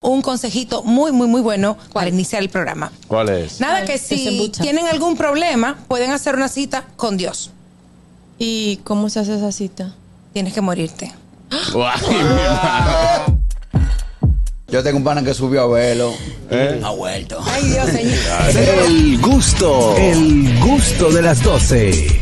un consejito muy, muy, muy bueno para iniciar el programa. ¿Cuál es? Nada Ay, que que se si embucha. tienen algún problema, pueden hacer una cita con Dios. ¿Y cómo se hace esa cita? Tienes que morirte. Ay, mi madre. Yo tengo un pana que subió a verlo. ¿Eh? Ha vuelto. Ay, Dios, señor. El gusto, el gusto de las 12.